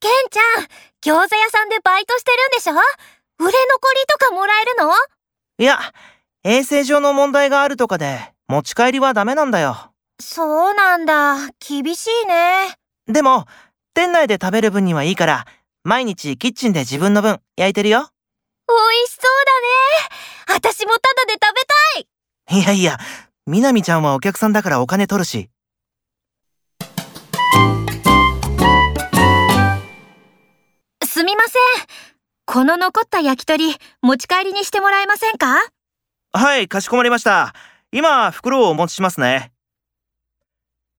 ちゃん、餃子屋さんでバイトしてるんでしょ売れ残りとかもらえるのいや、衛生上の問題があるとかで、持ち帰りはダメなんだよ。そうなんだ。厳しいね。でも、店内で食べる分にはいいから、毎日キッチンで自分の分焼いてるよ。美味しそうだね。私もタダで食べたいいやいや、みなみちゃんはお客さんだからお金取るし。すみません。この残った焼き鳥、持ち帰りにしてもらえませんかはい、かしこまりました。今、袋をお持ちしますね。